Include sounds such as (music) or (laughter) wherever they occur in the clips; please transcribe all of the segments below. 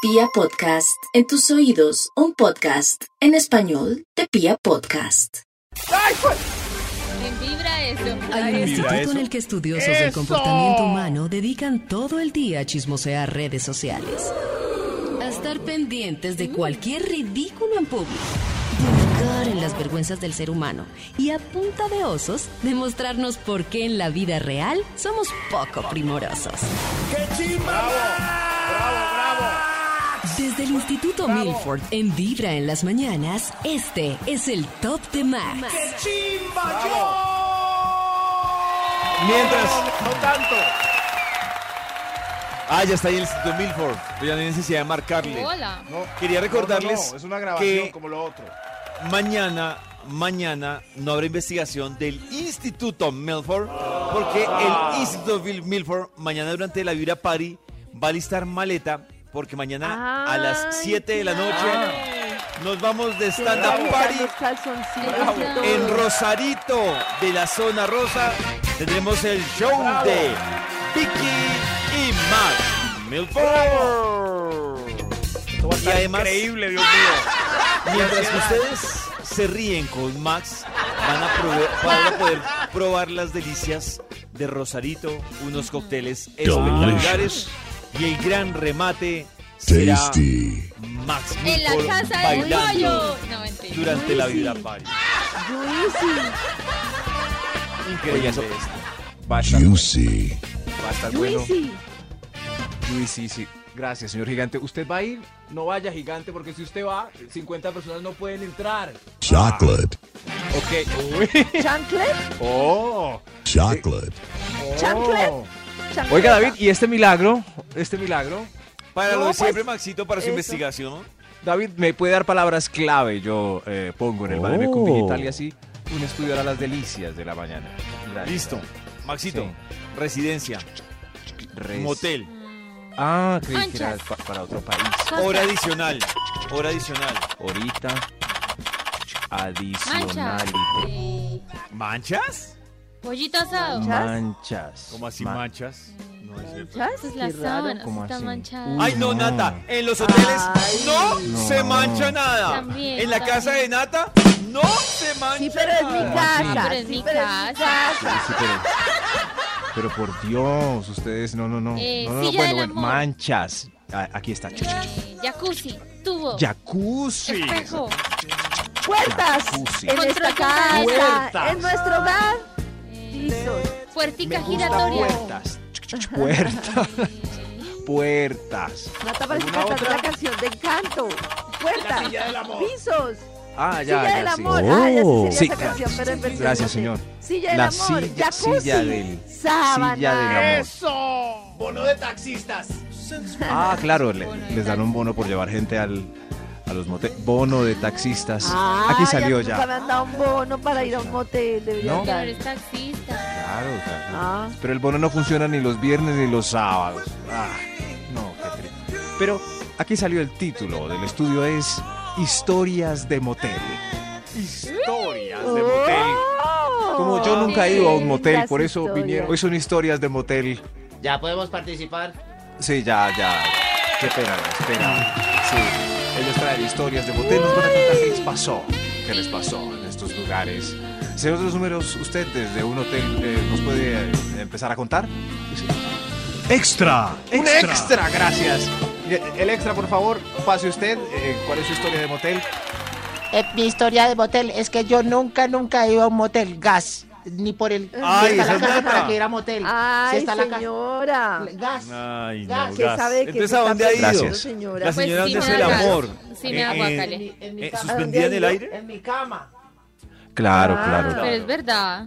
Pia Podcast, en tus oídos, un podcast en español de Pia Podcast. En vibra eso. Hay un Mira instituto eso. en el que estudiosos del ¡Eso! comportamiento humano dedican todo el día a chismosear redes sociales. A estar pendientes de cualquier ridículo en público. Buscar en las vergüenzas del ser humano. Y a punta de osos, demostrarnos por qué en la vida real somos poco primorosos. Desde el Instituto Milford, en Vibra en las mañanas, este es el Top de Max. Mientras. No tanto. Ah, ya está ahí el Instituto Milford. Pues ya no hay necesidad de marcarle. Hola. Quería recordarles No, no, no, es una grabación que como lo otro. mañana, mañana no habrá investigación del Instituto Milford, porque Ah. el Instituto Mil- Milford mañana durante la Vibra Party va a listar maleta, porque mañana a las 7 de la noche nos vamos de Stand Up Party Eh, En Rosarito, de la zona rosa, tendremos el show de Vicky y Max Milford. ¡Oh! Y además, Increíble, Dios mío. mientras que ustedes se ríen con Max, van a, prove- van a poder probar las delicias de Rosarito, unos cócteles espectaculares y el gran remate será Tasty. Max En la Milford casa del bailando pollo. No, mentira. durante la vida party. Increíble esto. Va a estar, Juicy. va a estar bueno. Juicy, sí. Gracias, señor gigante. ¿Usted va a ir? No vaya gigante porque si usted va, 50 personas no pueden entrar. Chocolate. Ok. Uy. Chanclet, Oh. Chocolate. oh. Chanclet. chanclet. Oiga, David, ¿y este milagro? Este milagro. Para No, lo de pues, siempre, Maxito, para su eso. investigación. David, ¿me puede dar palabras clave? Yo eh, pongo en el Bademecum Oh. Digital y así un estudio a las delicias de la mañana. Gracias. Listo. Maxito, Sí. residencia, Res- motel, Ah, creí que era Anchas. pa- para otro país. hora adicional, hora adicional. Ahorita. Mancha. Adicional. Eh, ¿Manchas? pollito asado. Mancha. Manchas. ¿Cómo así Ma- manchas? No es cierto. ¿Chas? Pues las Qué raro. sábanas ¿Cómo están así? manchadas. Uy. Ay, no, No. Nata, en los hoteles Ay, no, no. se mancha nada. También, en la casa de también. Nata no se mancha Sí, pero es mi nada. Sí, casa. pero es sí, mi pero es casa. Sí, sí, pero, pero por Dios, ustedes, no, no, no. Eh, no, no, no, silla bueno, del bueno, amor. manchas. Ah, aquí está. Chu, chu, chu. Eh, jacuzzi. Tubo. Jacuzzi. Espejo. Puertas. Jacuzzi. En Control esta de casa. puertas. En nuestro hogar. Eh, Listo. Me puertica gusta giratoria. Puertas. Chu, chu, chu, (laughs) Puertas. Puertas. Nata parece ¿Alguna cantar otra? la canción de encanto. Puertas. Pisos. Ah, ya, Silla ya. del sí. Oh, amor. Ah, ya sí sería Sí, esa claro. canción, pero en versión Gracias, motel. señor. Silla del La amor. silla- jacuzzi. silla del- sábanas. Silla del amor. ¡Eso! Bono de taxistas. Ah, claro, le- Bono de les dan un bono por llevar gente al, a los moteles. Bono de taxistas. Ay, Aquí salió a mí Ah, Nunca me ya. han dado un bono para ir a un motel. Debería ¿No? Que dar. eres taxista. Claro, claro. Ah. Pero el bono no funciona ni los viernes ni los sábados. Ah, no, qué triste. Pero aquí salió el título del estudio es Historias de motel. Historias de motel. Oh. Como yo nunca he ido a un motel, Lindas por eso historias. vinieron. Hoy son historias de motel. Ya podemos participar. Sí, ya, ya. Qué pena, qué pena. Sí, ellos traen historias de motel. Nos van a contar qué les pasó. ¿Qué les pasó en estos lugares? Señor de los números, usted desde un hotel eh, nos puede eh, empezar a contar. Extra. Un extra, gracias. El extra, por favor, pase usted. eh, ¿Cuál es su historia de motel? Eh, mi historia de motel es que yo nunca, nunca he ido a un motel gas. Ni por el. Ay, si está esa la es casa nata. para que ir a motel. Si Ay, está la ca- señora. Gas. Ay, no, Ya, ¿Qué gas. sabe de qué Entonces, se ¿a está dónde ha ido? perdiendo, Gracias. Señora. La señora, Pues, ¿dónde sí es el me da amor? gas. Sí me da guacale. mi- en mi eh, cama. ¿Suspendida en el aire? En mi cama. Claro, Ah. claro. Pero es verdad.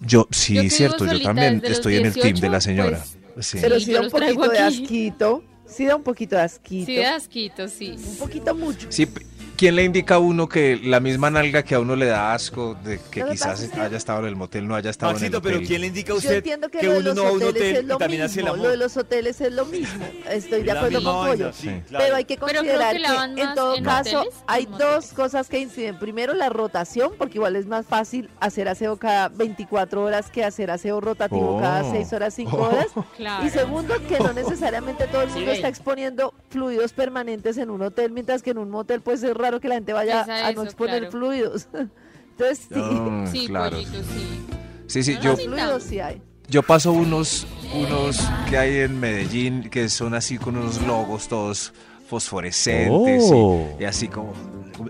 Yo, sí, Yo que cierto, vivo yo solita también desde los pues. estoy en el team de 18, la señora. sí. Pero Sí, sí yo da un los traigo poquito de aquí. asquito. Sí da un poquito de asquito. Sí, ¿eh? da asquito, sí. Un poquito mucho. Sí, p- ¿quién le indica a uno que la misma nalga que a uno le da asco, de que Lo que quizás pasa es que- haya estado en el motel, no haya estado Maxito, en el pero hotel? ¿quién le indica a Yo usted entiendo que, que lo de uno los no va a un hoteles es hotel lo y también hace el mismo. amor? Lo de los hoteles es lo mismo. Estoy de Es la acuerdo misma con vaina, Pollo. sí, Sí. claro. Pero hay que Pero creo que considerar lavan que, en más todo en caso hoteles que hay en dos moteles. cosas que inciden. Primero, la rotación, porque igual es más fácil hacer aseo cada 24 horas que hacer aseo rotativo Oh. cada 6 horas, 5 horas. (laughs) Claro. (laughs) Y segundo, que no necesariamente todo el Sí, mundo está ven. exponiendo fluidos permanentes en un hotel, mientras que en un motel pues es raro que la gente vaya Esa a no eso, exponer claro. fluidos. (laughs) Entonces sí, Ah, Sí, claro. pollito, sí. Sí, sí, No yo, nos fluidos sí hay. yo paso unos, unos que hay en Medellín que son así con unos logos todos fosforescentes y- Oh. y, así como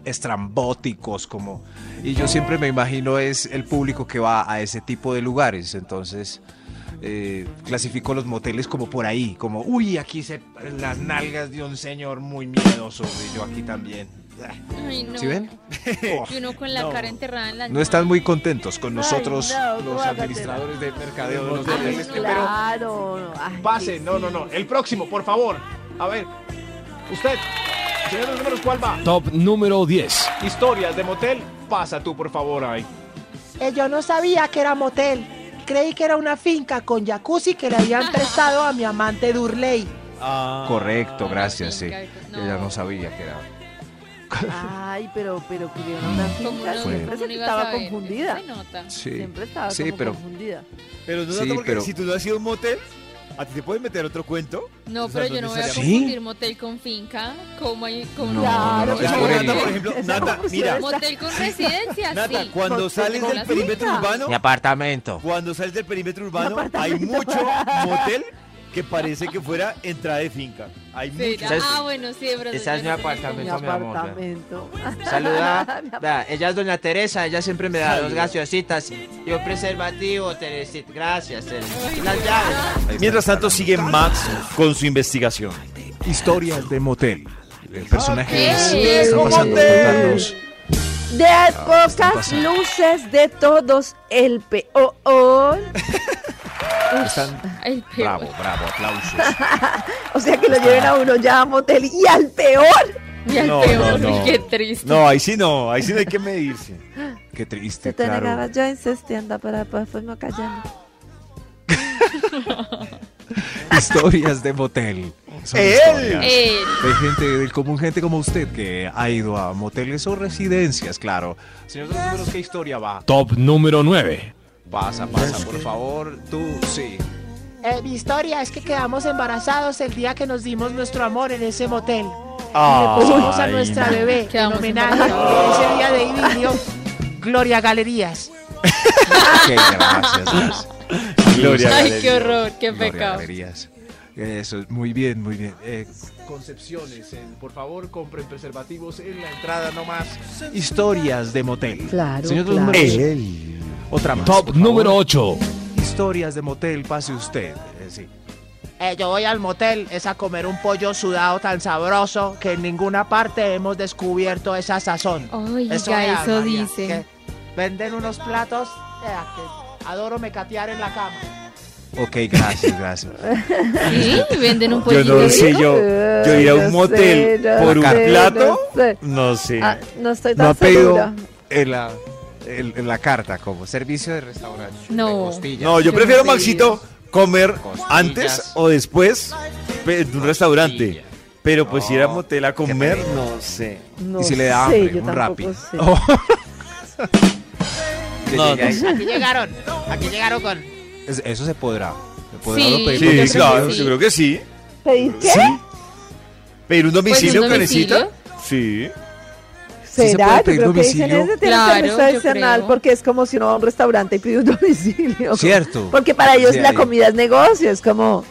estrambóticos como y yo siempre me imagino es el público que va a ese tipo de lugares entonces eh, clasifico los moteles como por ahí como uy aquí se las nalgas de un señor muy miedoso y yo aquí también Ay, no. (laughs) ¿sí ven? Y uno con la cara enterrada en la no están muy contentos con nosotros no, los guácatela. administradores de mercadeo de los Ay, hoteles, pero claro, Ah, no, ay, Pase, sí. no, no, no. El próximo, por favor. A ver, usted, señor de los números, ¿cuál va? Top número 10. Historias de motel, pasa tú, por favor, ahí. Eh, yo no sabía que era motel. Creí que era una finca con jacuzzi que le habían prestado a mi amante Durley. Ah. Ah, correcto gracias sí finca, no. ella no sabía que era Ay, pero, pero Juliana, una Como finca no, Bueno. siempre cómo se no iba a estaba saber? Eso confundida. Se nota. sí Siempre estaba sí como pero confundida. Pero no Sí, tanto porque pero- si tú no has ido a un motel, a ti te pueden meter otro cuento. No, O sea, pero yo no voy a necesariamente- ¿Sí? confundir motel con finca. Como hay como No, Claro, no, es Claro, por el- Nata, por ejemplo, Esa Nata, confusión mira, está- Motel con residencia, Nata, sí. cuando Motel sales con del la perímetro finca. urbano, Mi apartamento. cuando sales del perímetro urbano, hay apartamento. mucho motel que parece que fuera entrada de finca. Hay mucho. Será- Esa es- Ah, bueno, sí, de verdad. esa es yo no mi conozco Mi apartamento. mucho. mi amor, vea. (laughs) apartamento. (laughs) Saluda. vea, ella es doña Teresa, ella siempre me da dos gaseositas. Y un preservativo, Teresita. Gracias, Teresita. Y las llaves. Mientras tanto, sigue Max con su investigación. historias de motel Eh, personajes Ok. que están Viejo pasando por motel. tantos De están pocas pasando. luces de todos, el peor. están Ay, pero- Bravo, bravo, (laughs) aplausos. O sea que lo lleven a uno ya a motel y al peor. Y al No, peor, no, no. qué triste. No, ahí sí no, ahí sí no hay que medirse. Qué triste, Se te negaba claro. yo insistiendo para pues fuimos callando. Historias de motel. Son Él. historias Eh, De gente del común, gente como usted que ha ido a moteles o residencias, claro. Señor de los números, ¿qué historia va? Top número 9. Pasa, pasa, por favor. Tú, (laughs) sí. Eh, mi historia es que quedamos embarazados el día que nos dimos nuestro amor en ese motel. y le pusimos a nuestra bebé en Quedamos homenaje a ese día de Ibilio, Gloria Galerías. Ok, gracias. gracias. Gloria ay, qué horror, qué Gloria pecado. Galerías. Eso, muy bien, muy bien. Eh, Concepciones, en- por favor, compren preservativos en la entrada nomás. historias de motel. Claro, Señor de los claro. números, Otra más. por favor. 8. Historias de motel, pase usted. Eh, sí. Eh, yo voy al motel, es a comer un pollo sudado tan sabroso que en ninguna parte hemos descubierto esa sazón. Oiga, eso, era, María, dice. que Venden unos platos, eh, que adoro mecatear en la cama. Ok, gracias, gracias. ¿Sí? ¿Venden un Yo pollito? no sé, yo, yo ir a Ay, un no motel sé, no por un sé, plato, No, sé. no sé. Ah, no estoy No tan ha pedido segura. en la, en- en la carta como servicio de restaurante. No. de costillas. No, yo prefiero, sí. Maxito, comer Costillas. antes o después pe- de un restaurante. Pero pues Oh, ir a motel a comer, no sé. No Y si le da sé, hambre, yo un tampoco Rappi. Oh, sé. Que No, llegue ahí. Aquí llegaron, aquí llegaron con... Es- Eso se podrá. Se podrá Sí. uno pedir Sí, los claro, domicilios. sí. yo creo que sí. ¿Pedís qué? ¿Pedir un Pues un domicilio, domicilio. Karencita? Sí. se ¿Será? puede yo pedir creo que dicen domicilio. ese tiene Claro, servicio yo adicional creo. porque es como si uno va a un restaurante y pide un (laughs) domicilio. Cierto. Porque para ellos Sí, la ahí. comida es negocio, es como,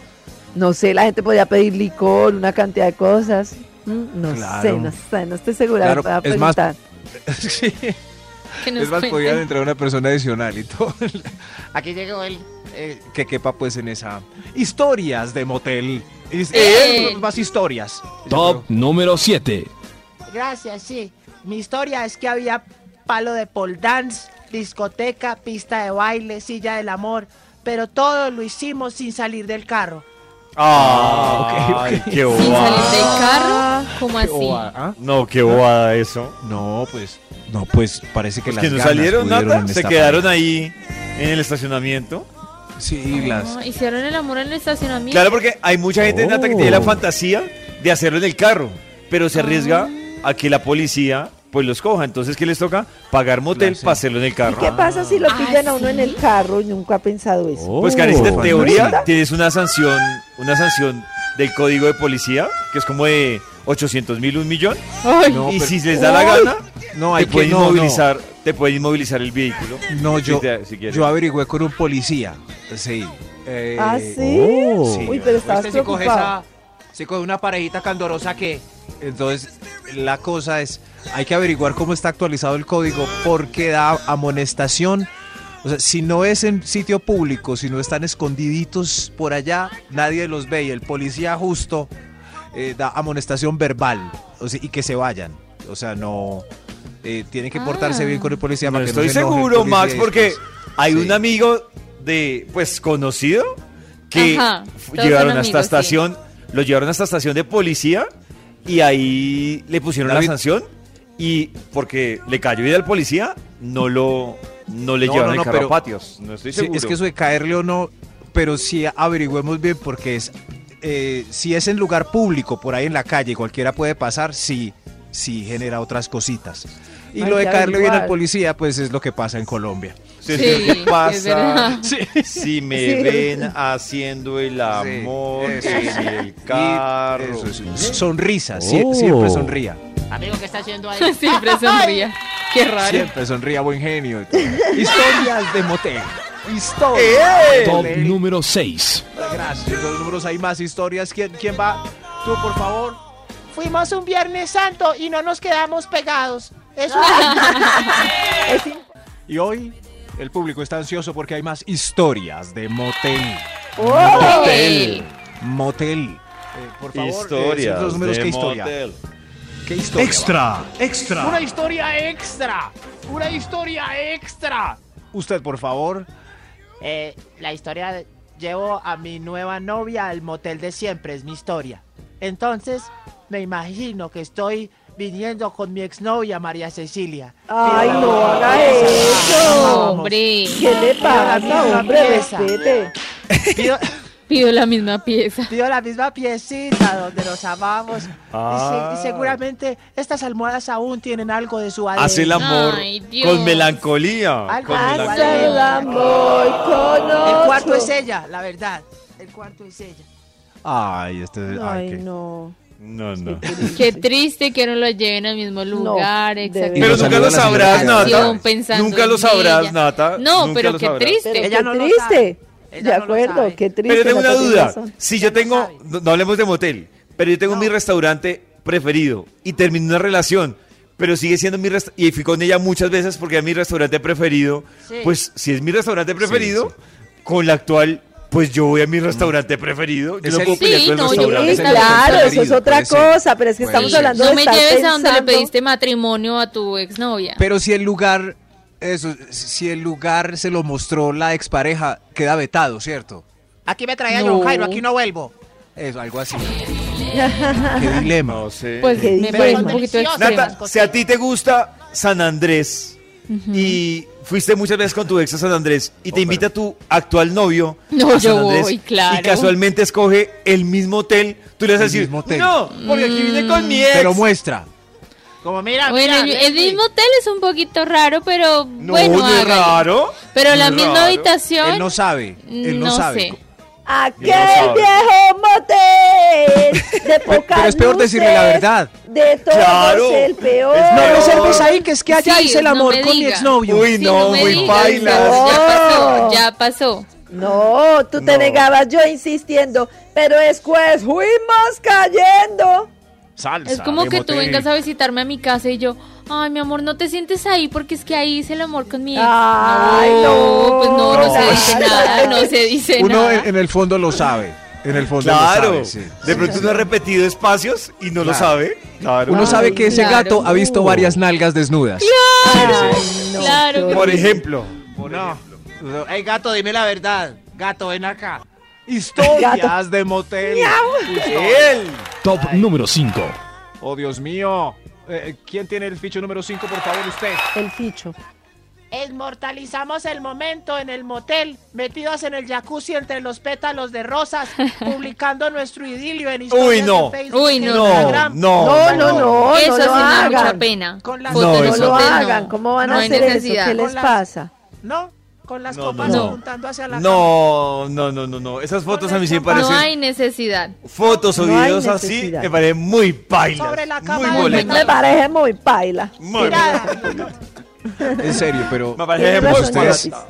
no sé, la gente podía pedir licor, una cantidad de cosas. Mm, No Claro. sé, no sé, no estoy segura. Claro, voy a es más- preguntar. (laughs) Sí. Que nos Es más, cuenten. podían entrar una persona adicional y todo. (laughs) Aquí llegó él. eh, que quepa pues en esa. Historias de motel. Es- Eh. Más historias. número 7. Gracias, sí. Mi historia es que había palo de pole dance, discoteca, pista de baile, silla del amor, pero todo lo hicimos sin salir del carro. Ah, qué Sin salir bobada. del carro, ¿cómo así? O a- ¿ah? No, qué bobada eso. No, pues. No, pues parece que Los las que no ganas salieron, pudieron Nata, en se esta quedaron ahí en el estacionamiento. pareja. Sí, las. Ah, ¿Hicieron el amor en el estacionamiento? Claro, porque hay mucha gente, Nata, que tiene la Oh. fantasía de hacerlo en el carro, pero se arriesga a que la policía pues los coja. Entonces, ¿qué les toca? Pagar motel Claro, sí. para hacerlo en el ¿Y qué carro. pasa si lo Ah, pillan a uno en ¿sí? el carro? Nunca he pensado eso. Oh. Pues, Karencita, en Oh. teoría tienes una sanción, una sanción del código de policía, que es como de 800 mil, un millón. Ay. No, y pero- si les da la Ay. gana, No, hay te que- pueden no, no. inmovilizar, te pueden inmovilizar el vehículo. No, si yo, te- si quieres. yo averigüé con un policía. Sí. Eh, ¿Ah, sí? Uy, pero estabas Este sí coge preocupado. esa- sí coge una parejita candorosa que... Entonces, la cosa es, hay que averiguar cómo está actualizado el código porque da amonestación. O sea, si no es en sitio público, si no están escondiditos por allá, nadie los ve y el policía justo eh, da amonestación verbal o sea, y que se vayan. O sea, no... eh, tienen que portarse Ah. bien con el policía. No para que no estoy se enoje el seguro, policía Max, y porque después- hay Sí. un amigo de, pues, conocido que Ajá, f- todos llevaron son hasta amigos, sí. estación, lo llevaron hasta estación de policía y ahí le pusieron David. la sanción y porque le cayó vida al policía, no lo, no le No, llevaron no, no, el carro pero- a patios. No estoy Sí, seguro. es que eso de caerle o no, pero sí averigüemos bien porque es eh, si es en lugar público, por ahí en la calle, cualquiera puede pasar, sí, sí genera otras cositas. Y Hay lo de que caerle bien al averiguar. policía, pues es lo que pasa en Colombia. Sí, es que Sí, ¿qué es pasa verdad. si me Sí. ven haciendo el amor, eso que sí. si el Y carro. eso sí. Sonrisa, sie- Oh. siempre sonría. Amigo, ¿qué está haciendo ahí? Siempre sonría. Qué raro. Siempre sonría, buen genio. y todo. Historias de motel. Historias. Eh. Top Lady. número 6. Gracias. Los números hay más historias. ¿Quién, quién va? Tú, por favor. Fuimos un Viernes Santo y no nos quedamos pegados. Eso Es in- Y hoy el público está ansioso porque hay más historias de motel. ¡Oh! Ey. Motel. Eh, por favor, eh, Historias siempre los números, de ¿qué historia? motel. ¿Qué historia? extra. Una historia extra. Una historia extra. va? Usted, por favor. Eh, la historia de- llevo a mi nueva novia al motel de siempre, es mi historia. Entonces, me imagino que estoy viniendo con mi exnovia María Cecilia. Ay, Pero- no haga eso. Hombre, ¿Qué le pasa, misma hombre? pieza. Respete. Pido, pido la misma pieza. pido la misma piecita donde nos amamos. Y se- Y, seguramente estas almohadas aún tienen algo de su ADN. Hace el amor Ay, Dios. con melancolía. Algo con así. melancolía. Hasta el amor con El cuarto otro. es ella, la verdad. El cuarto es ella. Ay, este. ay, Ay, qué- no. No, no. Qué triste que no lo lleven al mismo lugar. de exactamente. Pero Y nos nunca saluda lo la sabrás, señora Gabriela. Nata. Atención, pensando Nunca en lo sabrás, ella. Nata. No, nunca pero lo qué sabrás. triste. Pero Ella qué no lo triste. Ella De no lo acuerdo, sabe. qué triste. Pero tengo una no tiene duda. razón. Si yo tengo, sabe. no, no hablemos de motel, pero yo tengo mi restaurante preferido y terminé una relación, pero sigue siendo mi restaurante, y fui con ella muchas veces porque es mi restaurante preferido, Sí. pues si es mi restaurante preferido, con la actual, pues yo voy a mi restaurante preferido. Yo Es no el- puedo pelear Sí, con el no, yo creo restaurante. Sí, que está claro, bien. eso es otra Puede ser. cosa, pero es que Puede estamos ser. hablando No de me estar lleves a donde le pensando- pediste matrimonio a tu exnovia. Pero si el lugar, eso, si el lugar se lo mostró la expareja, queda vetado, ¿cierto? Aquí me traía No. John Jairo, aquí no vuelvo. Eso, algo así. qué dilema. No sé. Pues Qué me dilema. parece un poquito Nata, extremo. Nata, si a ti te gusta San Andrés y fuiste muchas veces con tu ex a San Andrés y te invita tu actual novio No, a San yo Andrés voy, claro. y casualmente escoge el mismo hotel, tú le vas a El decir, mismo hotel. no, porque aquí vine con mi ex. Pero muestra. Como mira, Bueno, mira, el, ven, el ven. mismo hotel es un poquito raro, pero no, bueno, no es hágale. raro. Pero no la es misma raro. habitación, Él no sabe. Él no, no sabe. sé. Aquel Ya lo sabe. viejo motel de Pero- pocas pero es peor luces, decirle la verdad. De todos Claro. el peor. Es No, peor. no salves ahí, que es que allá Sí, hice el no amor me con mi diga. exnovio. Uy, Sí, no, me muy digas, bailas. no, Ya No. pasó, ya pasó. No, tú te No. negabas yo insistiendo, pero después fuimos cayendo. Salsa. Es como de que tú motel. vengas a visitarme a mi casa y yo, ay, mi amor, no te sientes ahí porque es que ahí hice el amor con mi ex. Ay, no. pues no, no se Ay, dice no. nada, no se dice Uno nada. en, en el fondo lo sabe. En el fondo Claro. lo sabe. sí. De pronto uno ha repetido espacios y no lo Claro. sabe. Claro. Uno sabe que ese claro. Uh. gato ha visto varias nalgas desnudas. Ay, no, Claro qué que Por horrible. ejemplo. No. Ey, gato, dime la verdad. Gato, ven acá. Historias de motel. Él. Top número 5. Oh, Dios mío. Eh, ¿Quién tiene el ficho número 5, por favor, usted? El ficho. Inmortalizamos el momento en el motel, metidos en el jacuzzi entre los pétalos (laughs) de rosas, publicando nuestro idilio en historias Uy, no. de Facebook, Uy, en no. No, Instagram. no. No, no, no, eso no sí lo me da hagan. mucha pena. Con la- No, No eso lo hotel no. hagan, ¿cómo van No a hay hacer eso? necesidad. ¿Qué les Hola. pasa? ¿No? con las No, copas no, no. apuntando hacia la No, no, no, no, no. Esas fotos a mí sí me No parecen. hay necesidad. Fotos o No hay videos así necesidad. me parecen muy cama. Sobre pailas. la Muy cama. del boletas. Me parece muy paila. En serio, pero. Me parece si muy ustedes, bonito.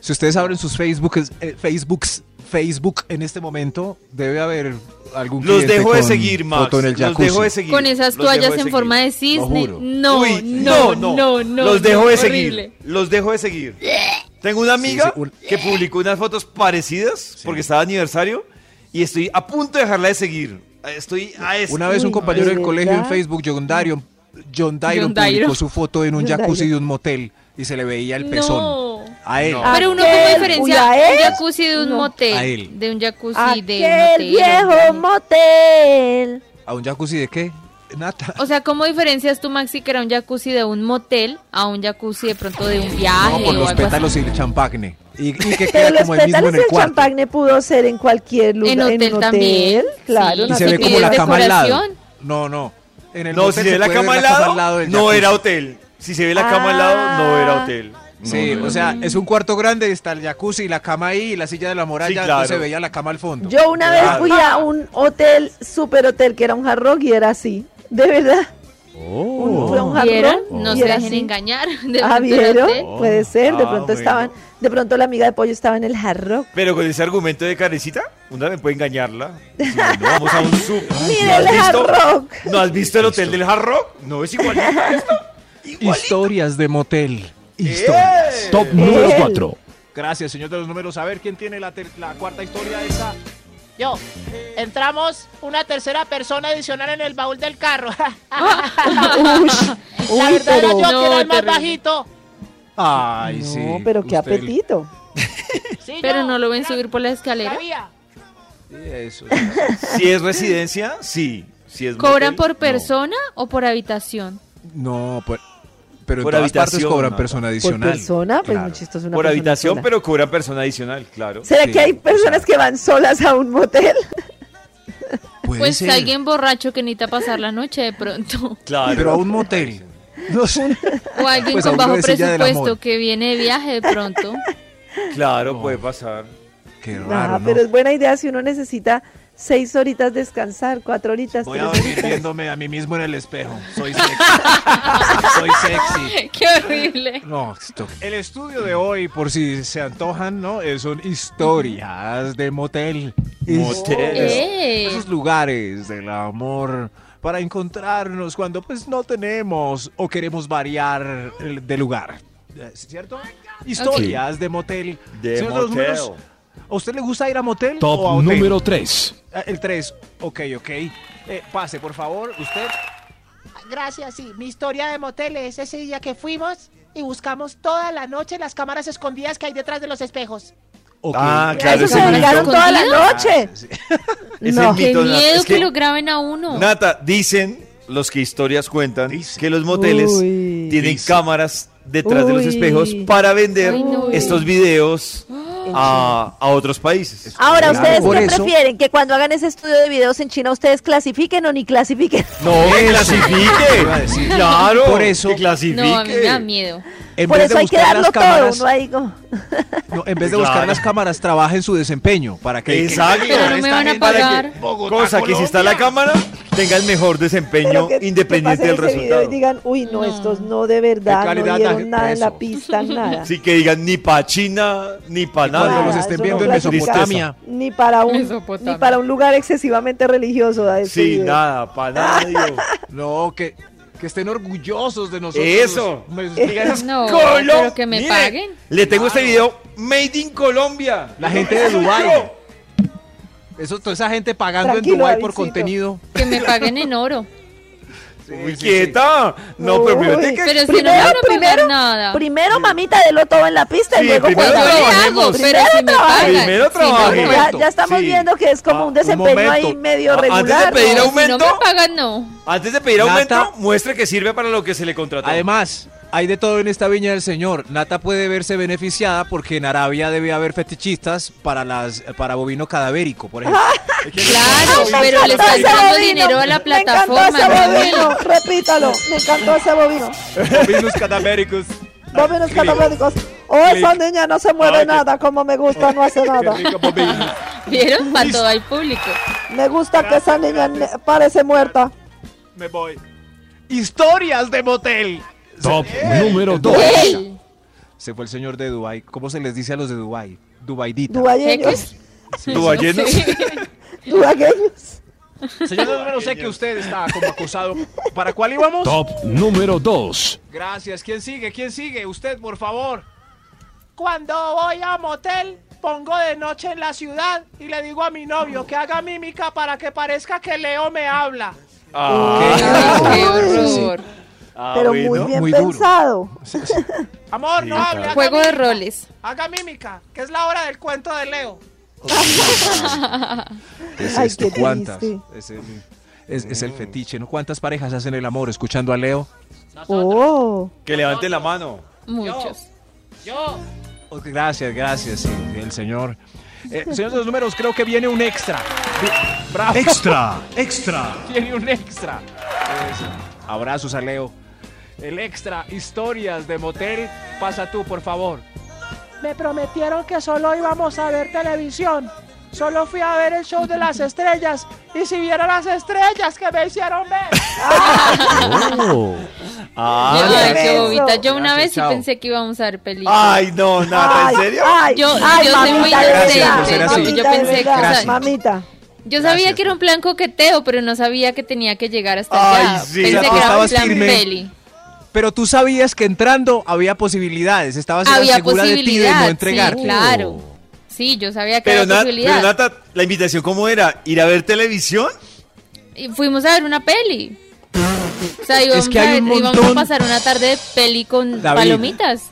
si ustedes abren sus Facebooks, eh, Facebooks, Facebook en este momento, debe haber algún Los cliente dejo de con seguir, Max. foto en el Los jacuzzi. dejo de seguir. Con Los esas dejo toallas de en seguir. forma de cisne. juro. No, Uy, no, no, no, Los dejo de horrible. seguir. Los dejo de seguir. Tengo una amiga que publicó unas fotos parecidas porque estaba de aniversario y estoy a punto de dejarla de seguir. Estoy a esto. Una vez un compañero del colegio en Facebook, John Darion, John Darion John Darion. publicó su foto en un John jacuzzi Darion. de un motel y se le veía el pezón. No. A él. Pero uno como Aquel, diferencia uy, a un él, jacuzzi de un no. A motel. él. De un jacuzzi de un Aquel motel. viejo motel. ¿A un jacuzzi de qué? Nata. O sea, ¿cómo diferencias tú, Maxi, que era un jacuzzi de un motel a un jacuzzi de pronto de un viaje No, por o algo los así? pétalos y el champagne. Y, y que (laughs) Pero queda los como el mismo pétalos en y el el cuarto. champagne pudo ser en cualquier lugar. En hotel un hotel, también, Claro, Y se ve sé como qué la es cama al lado. decoración. No, no. En el No, motel si se se ve la puede cama ver al lado, del no era jacuzzi. hotel. Si se ve la cama al lado, no era hotel. Sí, o sea, es un cuarto grande, está el jacuzzi y la cama ahí, y la silla de la muralla, claro. entonces se veía la cama al fondo. Yo una vez Claro. fui a un hotel, super hotel, que era un hard rock y era así. De verdad. Un- fue un hard ¿Vieron? rock No y se era dejen así. engañar. (laughs) de ah, pronto era ¿vieron? hotel. Puede ser. De Ah, pronto bueno. estaban, de pronto la amiga de pollo estaba en el hard rock. Pero con ese argumento de carecita, una vez puede engañarla. Si no, no, vamos a un super. Mira el hard rock. ¿No has visto el hotel del Hard Rock? No es igual. Historias de motel. Historias. Top número 4. Gracias, señor de los números. A ver quién tiene la, ter- la cuarta historia esa. Yo, entramos una tercera persona adicional en el baúl del carro. (laughs) la (laughs) uy, verdad era yo pero- que era No, el más terrible. bajito. Ay, no, sí. pero qué usted- apetito. Sí, Pero yo no lo ven subir por la escalera. sabía. Sí, eso. (laughs) Si es residencia, sí. Si es ¿Cobran motel, por no. persona o por habitación? No, por- pero en Por todas partes habitación, cobran Nata. persona Por adicional. persona, pues Claro. muy chistoso. Una Por persona habitación, sola. pero cobran persona adicional, claro. pues, ¿Será Sí, que hay personas que van solas a (laughs) un motel? Puede Pues ser, alguien borracho que necesita pasar la noche de pronto. (laughs) Claro. Pero a un motel. No sé. O alguien Pues a con uno bajo de silla del presupuesto amor. que viene de viaje de pronto. (laughs) Claro, puede pasar. Qué No, raro, ¿no? pero es buena idea si uno necesita seis horitas descansar, cuatro horitas. Voy tres a horitas. dormir viéndome a mí mismo en el espejo. (laughs) Soy sexy. Soy sexy. ¡Qué horrible! No, esto- El estudio de hoy, por si se antojan, ¿no? Eh, Son historias de motel. Motel. ¡Eh! Esos lugares del amor para encontrarnos cuando pues no tenemos o queremos variar eh, de lugar. Eh, ¿Cierto? Historias de motel. De Señor los motel. números, ¿A usted le gusta ir a motel Top o a hotel? número 3. Ah, El 3. Ok, ok. Eh, pase, por favor, usted. Gracias, sí. Mi historia de motel es ese día que fuimos y buscamos toda la noche las cámaras escondidas que hay detrás de los espejos. Ok. Ah, Mira, claro, Ah, eso ese se mito. vengaron toda la noche. Ese No. ¡Qué mito, Nata. miedo Es que, lo graben a uno! Nata, dicen los que historias cuentan Dicen. que los moteles Uy. tienen cámaras detrás de los Uy. espejos para vender Ay, no. estos videos a, a otros países. Ah. Ahora, Claro, ¿ustedes por qué eso- prefieren? ¿Que cuando hagan ese estudio de videos en China ustedes clasifiquen o ni clasifiquen? No, que clasifique. Iba a decir. Claro, Por eso- que clasifique. No, a mí me da miedo. En Por vez de eso hay que buscar darlo las todo. cámaras, No hay como- no, en vez de Claro. buscar las cámaras, trabaja en su desempeño para que Exacto. Pero no me van a pagar. Cosa que si está la cámara, tenga el mejor desempeño Pero que- que independiente pasen del ese video resultado. Y digan, uy, no, No. estos no de De verdad, calidad, no dieron nada en preso. la pista, (laughs) nada. Sí, que digan ni pa' China, ni pa' Cuando nada. los Nada, estén eso viendo no en clasifica. Mesopotamia. Ni para un, Mesopotamia. ni para un lugar excesivamente religioso. da ese Sí, video. nada, pa' nada. (laughs) digo. No, que, que estén orgullosos de nosotros. Eso. Los- diga esas- No, ¡Colo! pero que me Miren, paguen. Le tengo este video Made in Colombia. La gente de Dubái. Eso, toda esa gente pagando Tranquilo, en Dubái por Davidcito. contenido. Que me paguen en (laughs) oro. Muy quieta. No, pero primero tiene que- Pero si no me primero, van a pagar primero, nada. primero mamita de lo todo en la pista Sí, y luego primero cuando Yo le trabajemos. hago, pero Primero si me trabaja. pagan. Primero Si no, trabaja. no. ya, ya estamos Sí. viendo que es como Ah, un desempeño momento. ahí medio Ah, antes de regular. pedir ¿no? aumento, Si no me pagan, no. Antes de pedir aumento, Nata. muestre que sirve para lo que se le contrató. Además, hay de todo en esta viña del señor. Nata puede verse beneficiada porque en Arabia debe haber fetichistas para las para bovino cadavérico, por ejemplo. Ah, (laughs) Claro, Me pero le encantó está ese dando bovino, dinero a la Me plataforma. encantó ese Manuel. bovino, repítalo. Me encantó ese bovino. bovinos cadavéricos. Bovinos catabónicos. O Oh, esa niña no se mueve nada, como me gusta, no (laughs) hace nada. ¿Vieron? Para todo hay público. Me gusta que esa niña ne- parece muerta. Me voy. Historias de motel. Top número dos. Se fue el señor de Dubai. ¿Cómo se les dice a los de Dubai? Dubaidita. Duayeños. Sí. ¿Dubayenos? (laughs) Duayeños. Señor, no, no sé que usted está como acosado. ¿Para cuál íbamos? Top número 2. Gracias. ¿Quién sigue? ¿Quién sigue? Usted, por favor. Cuando voy a motel, pongo de noche en la ciudad y le digo a mi novio que haga mímica para que parezca que Leo me habla. Ah. Qué horror. Pero muy bien pensado. Amor, Sí, no claro. hable. haga Juego de mímica, roles. Haga mímica, que es la hora del cuento de Leo. ¿Qué es Ay, esto? qué ¿Cuántas? triste. Es el, es- es el fetiche, ¿no? ¿Cuántas parejas hacen el amor escuchando a Leo? Oh. Que levante la mano. Muchos. Yo. Oh, Gracias, gracias, sí, el señor. Eh, señor de los números, creo que viene un extra. Bravo. Extra, extra. Tiene un extra. Eso. Abrazos a Leo. El extra, historias de motel. Pasa tú, por favor. Me prometieron que solo íbamos a ver televisión. Solo fui a ver el show de las estrellas. Y si vieron las estrellas que me hicieron ver. (laughs) Ay, Alex. qué bobita. Yo una Ah, Gracias, vez sí chao. pensé que íbamos a ver películas. Ay, no, nada, ¿en Ay, serio? ay, Yo- ay, yo soy muy mamita, de inocente, verdad, ser así. mamita, yo de pensé que- verdad, Gracias. Mamita. Yo sabía que era un plan coqueteo, pero no sabía que tenía que llegar hasta Ay, allá. sí, Pensé ya tú que era un estabas plan firme. peli. Pero tú sabías que entrando había posibilidades. Estabas Había segura de ti de posibilidad, no Oh. sí, entregarte. claro. Sí, yo sabía que Pero, era Nat- pero posibilidad. Nata, ¿la invitación cómo era? ¿Ir a ver televisión? Y fuimos a ver una peli. O sea, íbamos, que a, hay ver- un íbamos montón- a pasar una tarde de peli con David. palomitas.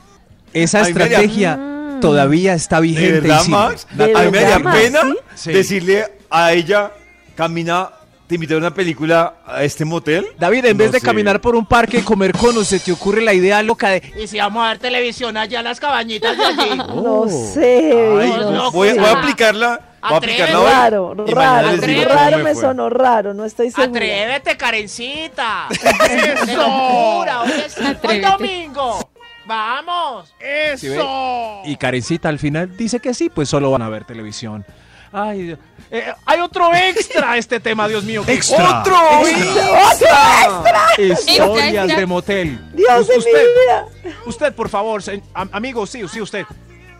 Esa Ay, mira. estrategia Mm. todavía está ¿De vigente. y verdad, sirve. Max? ¿De A mí me verdad, da Max? pena Sí. decirle a ella, camina, te invité a una película a este motel. David, en vez No de sé. caminar por un parque y comer conos, se te ocurre la idea loca de. Y si vamos a ver televisión allá en las cabañitas de allí. No sé. Ay, no no, sé. voy, a- voy a Atrévete. aplicarla. Voy a aplicarla hoy. Raro, y mañana raro, les digo raro cómo me fue. sonó raro, no estoy segura. Atrévete, (laughs) Karencita. ¡Eso! ¡Locura! Hoy es hoy Atrévete. domingo. ¡Vamos! ¿sí ve? Y Karencita al final dice que sí, pues solo van a ver televisión. Ay, Dios. Eh, hay otro extra a este tema, Dios mío. (laughs) Extra. ¡Otro! historias extra. de motel. Dios de mi Usted. vida. Usted, por favor, se- am- amigo, sí, sí, usted.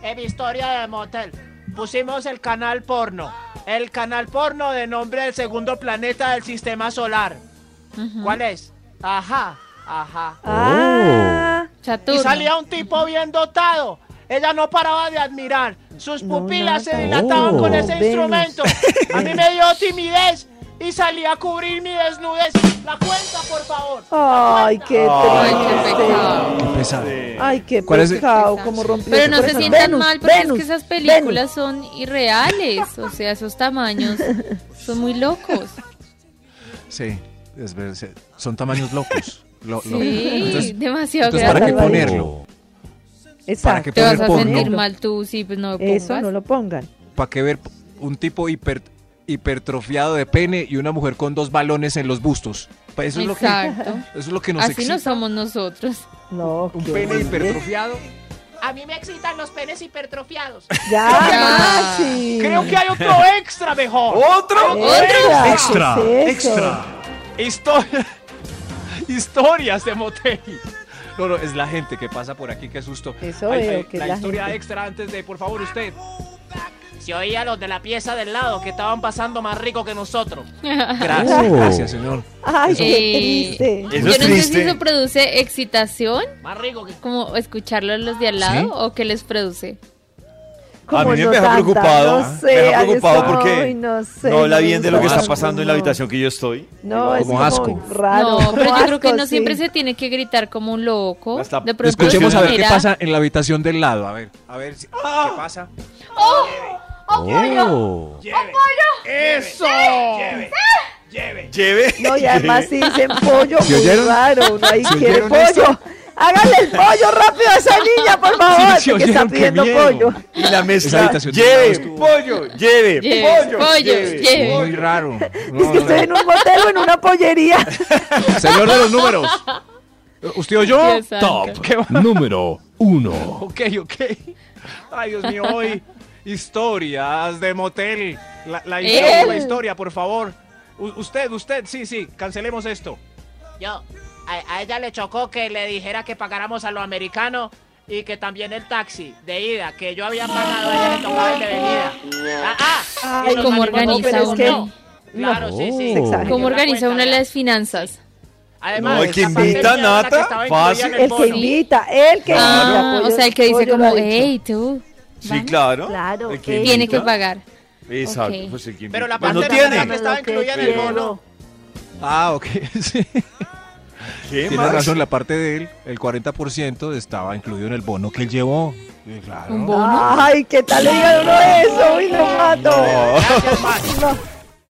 En historia de motel pusimos el canal porno. El canal porno de nombre del segundo planeta del sistema solar. ¿Cuál es? Ajá, ajá. Ah, Y Saturno. salía un tipo bien dotado. Ella no paraba de admirar. Sus No, pupilas nada. Oh, se dilataban con ese Venus. instrumento. A mí me dio timidez y salí a cubrir mi desnudez. La cuenta, por favor. ay, qué Ay, qué triste. pecado. Qué pesado. Ay, qué ¿Cuál es el- pecado, como rompió. Pero su no se corazón. sientan Venus, mal porque Venus, es que esas Venus. películas son irreales. O sea, esos tamaños son muy (laughs) locos. Sí, es ver- se- son tamaños locos. Lo- Sí, lo- Entonces, demasiado entonces, ¿para qué grande. ponerlo? ¿Para Exacto. qué Te vas poner a sentir porno? mal tú, sí, pues no pongas. Eso no lo pongan. ¿Para qué ver un tipo hiper, hipertrofiado de pene y una mujer con dos balones en los bustos? Pa- Eso es lo que, eso Exacto. es lo que nos Así excita. no somos nosotros. No, Un qué pene horrible. hipertrofiado. A mí me excitan los penes hipertrofiados. Ya, Ya. Maxi. (laughs) Creo que hay otro extra mejor. Oh. ¿Otro? Extra, ¿qué Extra, Ah, es eso? extra. (laughs) Histo- historias de motel. No, no, es la gente que pasa por aquí, qué susto. Eso Ay, veo ay, que la la historia gente- Extra antes de, por favor, usted. Se oía a los de la pieza del lado que estaban pasando más rico que nosotros. Gracias, Oh. gracias, señor. Ay, qué Eh, triste. Eso Yo es no sé si triste. eso produce excitación, Más rico que. como escucharlo a los de al lado, ¿Sí? o qué les produce. A Como mí me no deja tanta, preocupado, No ¿eh? sé, Me deja ay, es preocupado como, porque ay, no, sé, no habla me bien de lo que gusta está mucho, pasando en la no. habitación que yo estoy. No, es Como como asco. raro. no, pero como yo creo que asco, no sí. siempre se tiene que gritar como un loco. Hasta- de pronto Escuchemos a ver qué mira, pasa en la habitación del lado. A ver, a ver, si- ¡Ah! ¿qué pasa? Oh, ¡Eso! Eh, Lleve. No, y además si dicen pollo, ¿Sí muy oyeron? raro. Uno ahí ¿Sí quiere oyeron pollo. esto? Hágale el pollo rápido a esa niña, por favor, sí Ah, que está oyeron, qué pidiendo miedo. pollo. (laughs) Y la Esa mezcla. habitación Lleve, del lado pollo, lleve, Lleves, pollo, pollo, lleve. lleves. Muy raro. No, (laughs) Es que no, no. estoy en un motel o en una pollería. (laughs) Señor de los números. ¿Usted o yo? (laughs) Dios santo. Top número 1. Ok, ok. Ay, Dios mío, hoy historias de motel. La, la historia, Él. la historia, por favor. U- usted, usted, sí, sí, cancelemos esto. Yo, a, a ella le chocó que le dijera que pagáramos a lo americano y que también el taxi de ida, que yo había pagado, a ella le tocaba el de venida. Ah, ah, y Ay, nos ¿Cómo salimos organiza con- uno? No, Claro, sí, sí. Se exagera. ¿Cómo Yo la organiza cuenta uno ya. las finanzas? Además, No, el que esa parte invita, mía era la que Nata, estaba incluida fácil. en El que bono. invita, el que Ah, invita. o sea, el que dice como, hey, tú. Sí, claro. Claro, eh. El que tiene que invita. pagar. Exacto. Ok. Pues el que Pero invita. la Pues parte no de tiene. la que estaba incluida en el Pero- bono. Ah, ok. (laughs) Sí. ¿Qué Tiene más? razón, la parte de él, el 40% estaba incluido en el bono que él llevó. Sí, Claro. Ay, ¿qué tal le digan uno eso? Uy, lo mato. No. Gracias, Max.